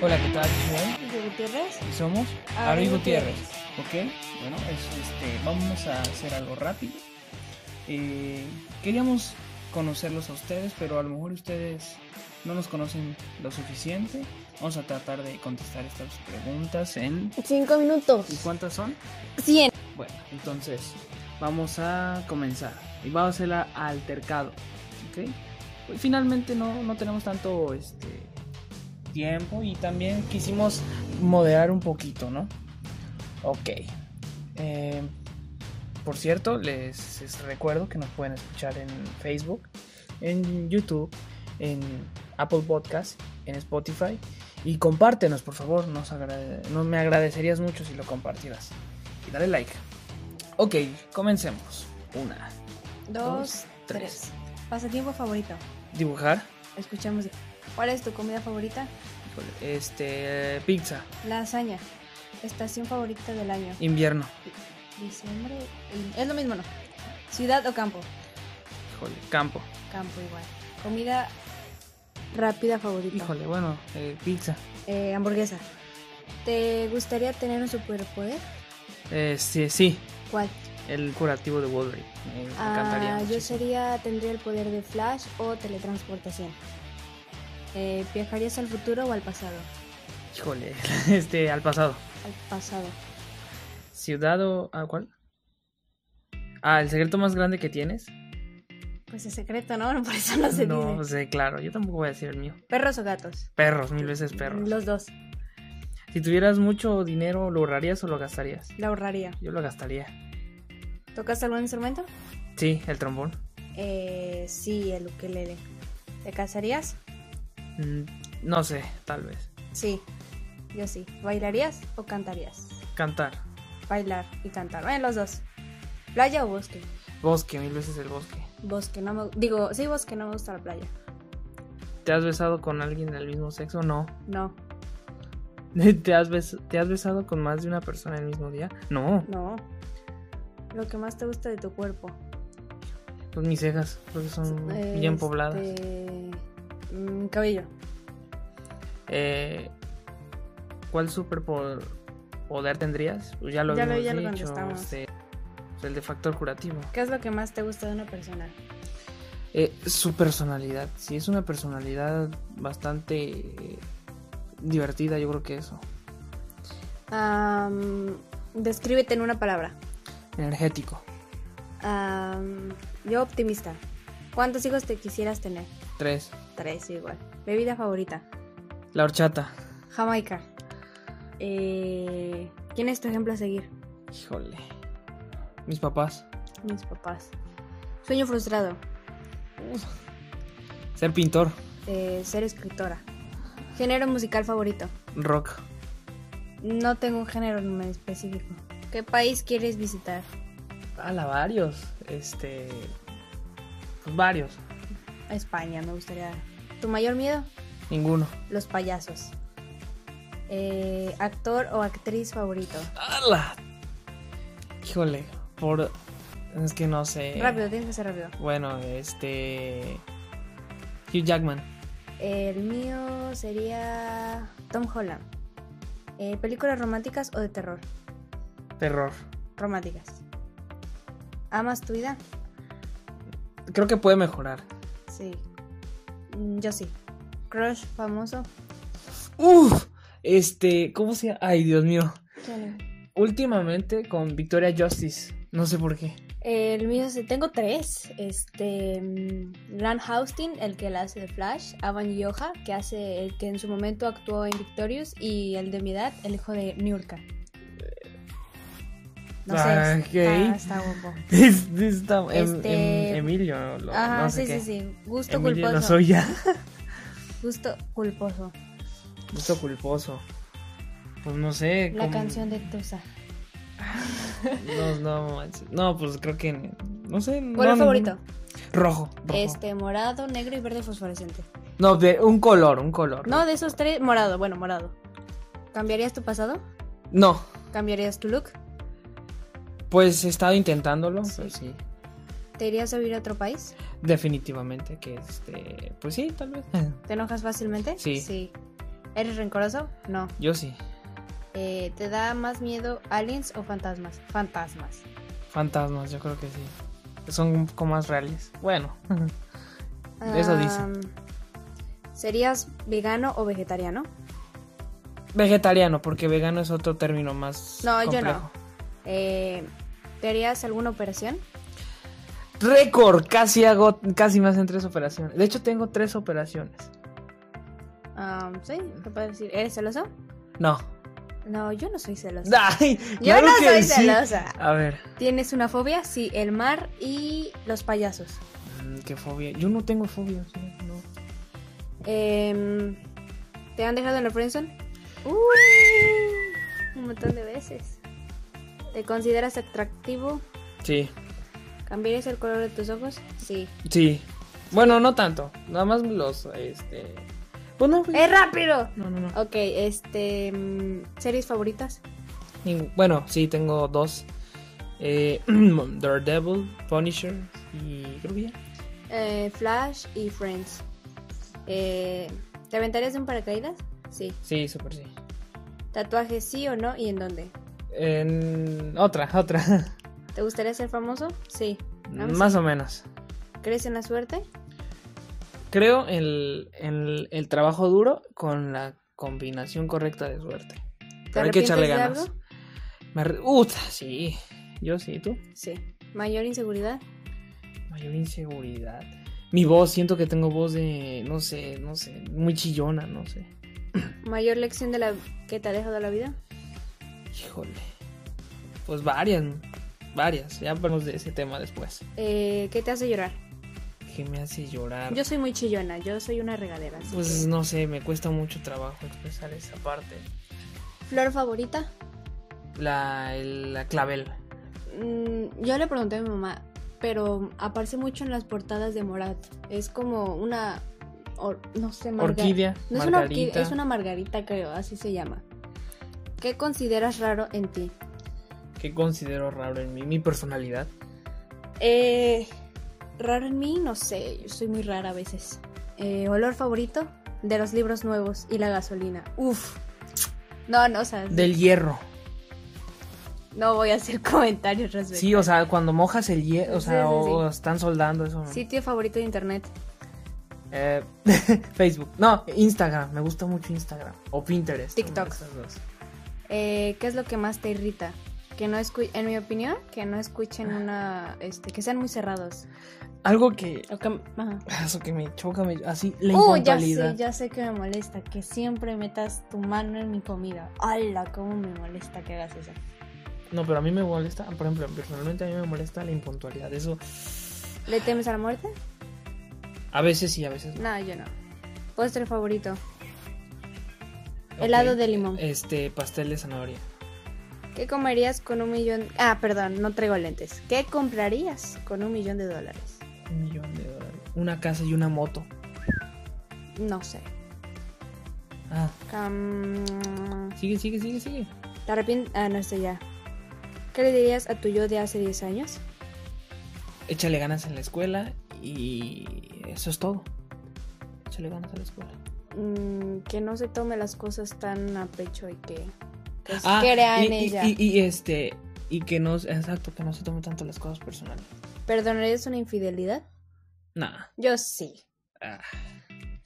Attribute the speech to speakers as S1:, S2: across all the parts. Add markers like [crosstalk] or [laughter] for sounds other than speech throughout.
S1: Hola, ¿qué tal? Soy
S2: Lidia Gutiérrez.
S1: Y somos
S2: Ari
S1: Ari Gutiérrez.
S2: Gutiérrez.
S1: Ok, bueno, es- este, vamos a hacer algo rápido. Eh, queríamos conocerlos a ustedes, pero a lo mejor ustedes no nos conocen lo suficiente. Vamos a tratar de contestar estas preguntas en...
S2: Cinco minutos.
S1: ¿Y cuántas son?
S2: Cien.
S1: Bueno, entonces vamos a comenzar. Y vamos a hacer la altercado. ¿Ok? Pues finalmente no, no tenemos tanto este, tiempo y también quisimos moderar un poquito, ¿no? Ok. Eh, por cierto, les, les recuerdo que nos pueden escuchar en Facebook, en YouTube, en Apple Podcast, en Spotify. Y compártenos, por favor. Nos agrade- no, me agradecerías mucho si lo compartieras y dale like. Ok, comencemos. Una.
S2: Dos,
S1: Dos, tres.
S2: tres. Pasatiempo favorito.
S1: Dibujar.
S2: Escucha música. ¿Cuál es tu comida favorita?
S1: Híjole, Este. Pizza.
S2: Lasaña. Estación favorita del año.
S1: Invierno.
S2: Diciembre. Es lo mismo, ¿no? Ciudad o campo.
S1: Híjole, campo.
S2: Campo igual. Comida rápida favorita.
S1: Híjole, bueno, eh, pizza.
S2: Eh, hamburguesa. ¿Te gustaría tener un superpoder?
S1: Eh, sí, sí,
S2: ¿Cuál?
S1: el curativo de Wolverine. Me encantaría.
S2: Ah, yo
S1: muchísimo.
S2: sería, tendría el poder de Flash o teletransportación. Eh, ¿Viajarías al futuro o al pasado?
S1: Híjole, [laughs] este, al pasado.
S2: Al pasado.
S1: ¿Ciudad o. ¿A cuál? Ah, el secreto más grande que tienes.
S2: Pues es secreto, ¿no? [laughs] Por eso no se dice.
S1: sé, claro, yo tampoco voy a decir el mío.
S2: ¿Perros o gatos?
S1: Perros, mil veces perros.
S2: Los dos.
S1: Si tuvieras mucho dinero, ¿lo ahorrarías o lo gastarías?
S2: La ahorraría.
S1: Yo lo gastaría.
S2: ¿Tocas algún instrumento?
S1: Sí, el trombón.
S2: Eh, sí, el ukelele. ¿Te casarías?
S1: Mm, No sé, tal vez.
S2: Sí. Yo sí. ¿Bailarías o cantarías?
S1: Cantar.
S2: Bailar y cantar. Bueno, los dos. ¿Playa o bosque?
S1: Bosque, mil veces el bosque.
S2: Bosque, no me... Digo, sí, bosque, no me gusta la playa.
S1: ¿Te has besado con alguien del mismo sexo? No. [laughs]
S2: No,
S1: ¿Te has, bes- ¿Te has besado con más de una persona el mismo día? No.
S2: No. Lo que más te gusta de tu cuerpo.
S1: Pues mis cejas, creo que son Mm, bien
S2: Este,
S1: pobladas.
S2: mm, cabello.
S1: Eh, ¿Cuál superpoder tendrías? Pues ya lo
S2: Ya lo-
S1: habíamos
S2: ya lo
S1: dicho,
S2: contestamos.
S1: este, pues el de factor curativo.
S2: ¿Qué es lo que más te gusta de una persona?
S1: Eh, su personalidad. Si es una personalidad bastante eh, divertida, yo creo que eso.
S2: Am, descríbete en una palabra.
S1: Energético.
S2: Am, yo optimista. ¿Cuántos hijos te quisieras tener?
S1: Tres.
S2: Tres igual. Bebida favorita.
S1: La horchata.
S2: Jamaica. Eh, ¿Quién es tu ejemplo a seguir?
S1: Híjole. Mis papás.
S2: Mis papás. Sueño frustrado.
S1: Ser pintor.
S2: Eh, ser escritora. Género musical favorito.
S1: Rock.
S2: No tengo un género en específico. ¿Qué país quieres visitar?
S1: Ala, varios. Este. Pues varios.
S2: España, me gustaría. ¿Tu mayor miedo?
S1: Ninguno.
S2: Los payasos. Eh, ¿Actor o actriz favorito?
S1: ¡Hala! Híjole. Por. Es que no sé.
S2: Rápido, tienes que ser rápido.
S1: Bueno, este. Hugh Jackman.
S2: El mío sería Tom Holland. Eh, ¿Películas románticas o de terror?
S1: Terror.
S2: Románticas. ¿Amas tu vida?
S1: Creo que puede mejorar.
S2: Sí. Mm, Yo sí. ¿Crush famoso?
S1: Uf, este, ¿cómo se llama? Ay, Dios mío. Últimamente con Victoria Justice, no sé por qué.
S2: El mío, se- tengo tres. Este, mm, Grant Houston, el que la hace de Flash, Avan Yoja, que hace, el que en su momento actuó en Victorious, y el de mi edad, el hijo de Niurka. No sé.
S1: Ah, Ok.
S2: Está, está guapo.
S1: Es- está- em-
S2: Este-
S1: em- Emilio, lo-
S2: Ajá,
S1: no sé
S2: Ah, sí,
S1: qué.
S2: sí, sí. Gusto
S1: Emilio
S2: culposo.
S1: no soy ya.
S2: Gusto culposo.
S1: Gusto culposo. Pues no sé.
S2: La
S1: como-
S2: canción de Tusa.
S1: No, no, manches. no, pues creo que. No sé.
S2: ¿Cuál
S1: no,
S2: es favorito?
S1: Rojo. rojo.
S2: Este, morado, negro y verde fosforescente.
S1: No, de- un color, un color.
S2: No, de esos tres, morado, bueno, morado. ¿Cambiarías tu pasado?
S1: No,
S2: ¿Cambiarías tu look?
S1: pues he estado intentándolo.
S2: Sí.
S1: pero sí.
S2: ¿Te irías a vivir a otro país?
S1: Definitivamente que este. Pues sí, tal vez.
S2: ¿Te enojas fácilmente?
S1: Sí.
S2: ¿Eres rencoroso? No.
S1: Yo sí.
S2: Eh, ¿Te da más miedo aliens o fantasmas? Fantasmas.
S1: Fantasmas, yo creo que sí. Son un poco más reales. Bueno, eso dice.
S2: Am, ¿Serías vegano o vegetariano?
S1: Vegetariano, porque vegano es otro término más.
S2: No, yo
S1: complejo.
S2: no. Eh, ¿Te harías alguna operación?
S1: Récord, casi hago, casi me hacen tres operaciones. De hecho, tengo tres operaciones.
S2: Am, sí, te puedo decir. ¿Eres celoso?
S1: No. [laughs]
S2: No, yo no soy celoso.
S1: Ay,
S2: Yo
S1: claro
S2: no
S1: que
S2: soy
S1: sí.
S2: celosa.
S1: A ver,
S2: ¿Tienes una fobia? Sí, el mar y los payasos.
S1: mm, qué fobia. Yo no tengo fobia. sí, no.
S2: Em, ¿Te han dejado en el friendzone? ¡Uy! un montón de veces. ¿Te consideras atractivo?
S1: Sí,
S2: ¿Cambiarías el color de tus ojos? Sí.
S1: sí. Bueno, no tanto. Nada más los, este. Pues no.
S2: ¡Es rápido!
S1: No, no, no.
S2: Ok, este. mm, ¿Series favoritas?
S1: Ningú- Bueno, sí, tengo dos. Eh, [clears throat] Daredevil, Punisher y creo que ya.
S2: Eh, Flash y Friends. Eh, ¿Te aventarías en paracaídas? Sí.
S1: Sí, súper sí.
S2: ¿Tatuajes sí o no y en dónde?
S1: En- Otra, otra.
S2: ¿Te gustaría ser famoso? Sí. Vamos
S1: Más o menos.
S2: ¿Crees en la suerte?
S1: Creo el, el, el trabajo duro con la combinación correcta de suerte. Pero hay que
S2: arrepientes
S1: echarle
S2: de
S1: ganas.
S2: algo?
S1: Me arre- Uta, sí. Yo sí, tú.
S2: Sí. ¿Mayor inseguridad?
S1: Mayor inseguridad. Mi voz, siento que tengo voz de, no sé, no sé, muy chillona, no sé.
S2: ¿Mayor lección de la que te ha dejado la vida?
S1: Híjole. Pues varias, ¿no? varias. Ya hablamos de ese tema después.
S2: Eh, ¿Qué te hace llorar?
S1: ¿Qué me hace llorar?
S2: Yo soy muy chillona, yo soy una regadera. así
S1: Pues
S2: que-
S1: no sé, me cuesta mucho trabajo expresar esa parte.
S2: ¿Flor favorita?
S1: La, el- la clavel.
S2: Mm, yo le pregunté a mi mamá, pero aparece mucho en las portadas de Morat. Es como una. or- no sé, marga-
S1: Orquídea.
S2: No es una
S1: margarita.
S2: orquídea, es una margarita, creo, así se llama. ¿Qué consideras raro en ti?
S1: ¿Qué considero raro en mí? Mi personalidad.
S2: Eh, raro en mí, no sé, yo soy muy rara a veces. Eh, ¿Olor favorito? De los libros nuevos y la gasolina. Uf. No, no, o sea,
S1: Del hierro.
S2: no voy a hacer [laughs] comentarios respecto.
S1: Sí, o sea, cuando mojas el hierro, o
S2: Sí,
S1: sea,
S2: sí,
S1: o-
S2: sí.
S1: o están soldando eso. ¿no?
S2: Sitio favorito de internet.
S1: Eh, [laughs] Facebook. No, Instagram. Me gusta mucho Instagram. O Pinterest.
S2: TikTok.
S1: una de esas dos.
S2: Eh, ¿Qué es lo que más te irrita? Que no escu en mi opinión, que no escuchen una, este, que sean muy cerrados.
S1: Algo que. [sniffs]
S2: O que- ajá.
S1: Eso que me choca, me- así, la
S2: Uh, ya
S1: impuntualidad.
S2: sé, ya sé que me molesta, que siempre metas tu mano en mi comida. ¡Hala! ¿Cómo me molesta que hagas eso?
S1: No, pero a mí me molesta, por ejemplo, personalmente a mí me molesta la impuntualidad. Eso
S2: ¿Le temes a la muerte?
S1: a veces sí, a veces no.
S2: No, yo no. Postre favorito.
S1: Ok.
S2: Helado de limón.
S1: Este, pastel de zanahoria.
S2: ¿Qué comerías con un millón? Ah, perdón, no traigo lentes. ¿Qué comprarías con un millón de dólares?
S1: Un millón de dólares. Una casa y una moto.
S2: No sé.
S1: Ah,
S2: Cam-
S1: sigue, sigue, sigue, sigue.
S2: ¿Te arrepientes? Ah, no estoy ya. ¿Qué le dirías a tu yo de hace 10 años?
S1: Échale ganas en la escuela y eso es todo. Échale ganas en la escuela.
S2: Mm, que no se tome las cosas tan a pecho y que, que s-
S1: Ah,
S2: crea
S1: y,
S2: en
S1: y-
S2: ella.
S1: y- y, este, y que no, exacto, que no se tomen tanto las cosas personales.
S2: ¿Perdonarías una infidelidad?
S1: Nah.
S2: Yo sí.
S1: Ah.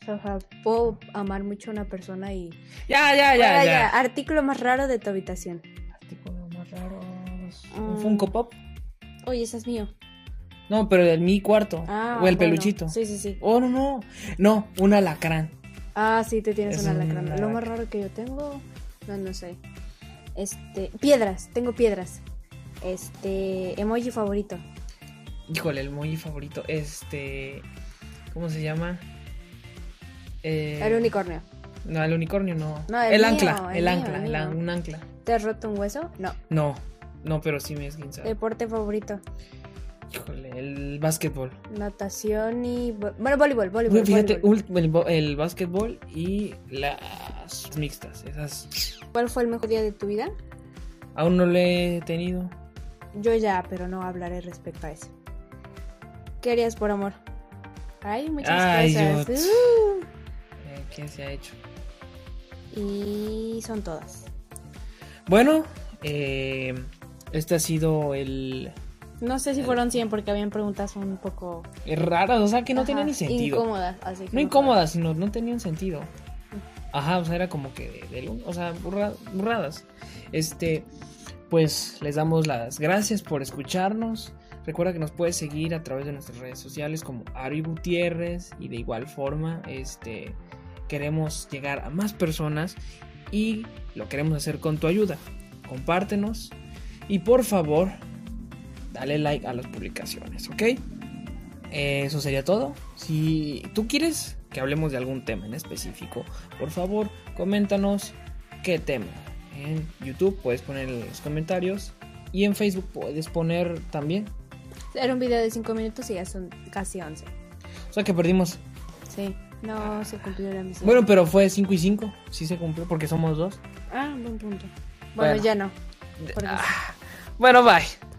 S2: O sea, puedo amar mucho a una persona y...
S1: Ya, ya, ya, ya.
S2: Ah, ya. Artículo más raro de tu habitación.
S1: Artículos más raros. Un
S2: Mm.
S1: Funko Pop.
S2: Oye, ese es mío.
S1: No, pero de mi cuarto.
S2: Ah,
S1: o el
S2: bueno.
S1: peluchito.
S2: Sí, sí, sí.
S1: Oh, no, no. No, un alacrán.
S2: Ah, sí, tú tienes
S1: Es
S2: una
S1: un
S2: alacrán. Lo más
S1: alacrán.
S2: raro que yo tengo, no, no sé. Este, piedras, tengo piedras. Este, emoji favorito.
S1: Híjole, el muy favorito. Este. ¿Cómo se llama? Eh,
S2: El unicornio.
S1: No, el unicornio no.
S2: No,
S1: el,
S2: el mío,
S1: ancla, el,
S2: el mío,
S1: ancla,
S2: el
S1: el an-
S2: mío.
S1: un ancla.
S2: ¿Te has roto un hueso? No.
S1: No, no, pero sí me esguinzado.
S2: Deporte favorito.
S1: Híjole, el básquetbol.
S2: Natación y vo- bueno, voleibol, voleibol.
S1: Uy, fíjate,
S2: voleibol.
S1: ul- el, bo- el básquetbol y las mixtas. Esas
S2: ¿Cuál fue el mejor día de tu vida?
S1: aún no le he tenido.
S2: Yo ya, pero no hablaré respecto a eso. ¿Qué harías por amor? Hay muchas
S1: Ay, yo-
S2: cosas. Uh.
S1: Eh, ¿Qué se ha hecho?
S2: Y son todas.
S1: Bueno, eh, este ha sido el...
S2: No sé si fueron 100 porque habían preguntas un poco
S1: Raras, o sea que no tenía
S2: ajá,
S1: ni sentido.
S2: incómodas. Así que
S1: No incómodas, sino no tenían sentido. Ajá, o sea, era como que de, de lun- o sea, burra- burradas. Este, pues les damos las gracias por escucharnos. Recuerda que nos puedes seguir a través de nuestras redes sociales como Ari Gutiérrez y de igual forma, este, queremos llegar a más personas y lo queremos hacer con tu ayuda. Compártenos y por favor, dale like a las publicaciones, ¿ok? Eh, Eso sería todo. Si tú quieres que hablemos de algún tema en específico, por favor, coméntanos qué tema. En YouTube puedes poner en los comentarios y en Facebook puedes poner también.
S2: Era un video de 5 minutos y ya son casi 11.
S1: O sea que perdimos.
S2: Sí, no se cumplió la misión.
S1: Bueno, pero fue 5 y 5. Sí se cumplió porque somos dos.
S2: Ah, buen punto. Bueno,
S1: Bueno.
S2: ya no. porque
S1: Ah, Bueno, bye.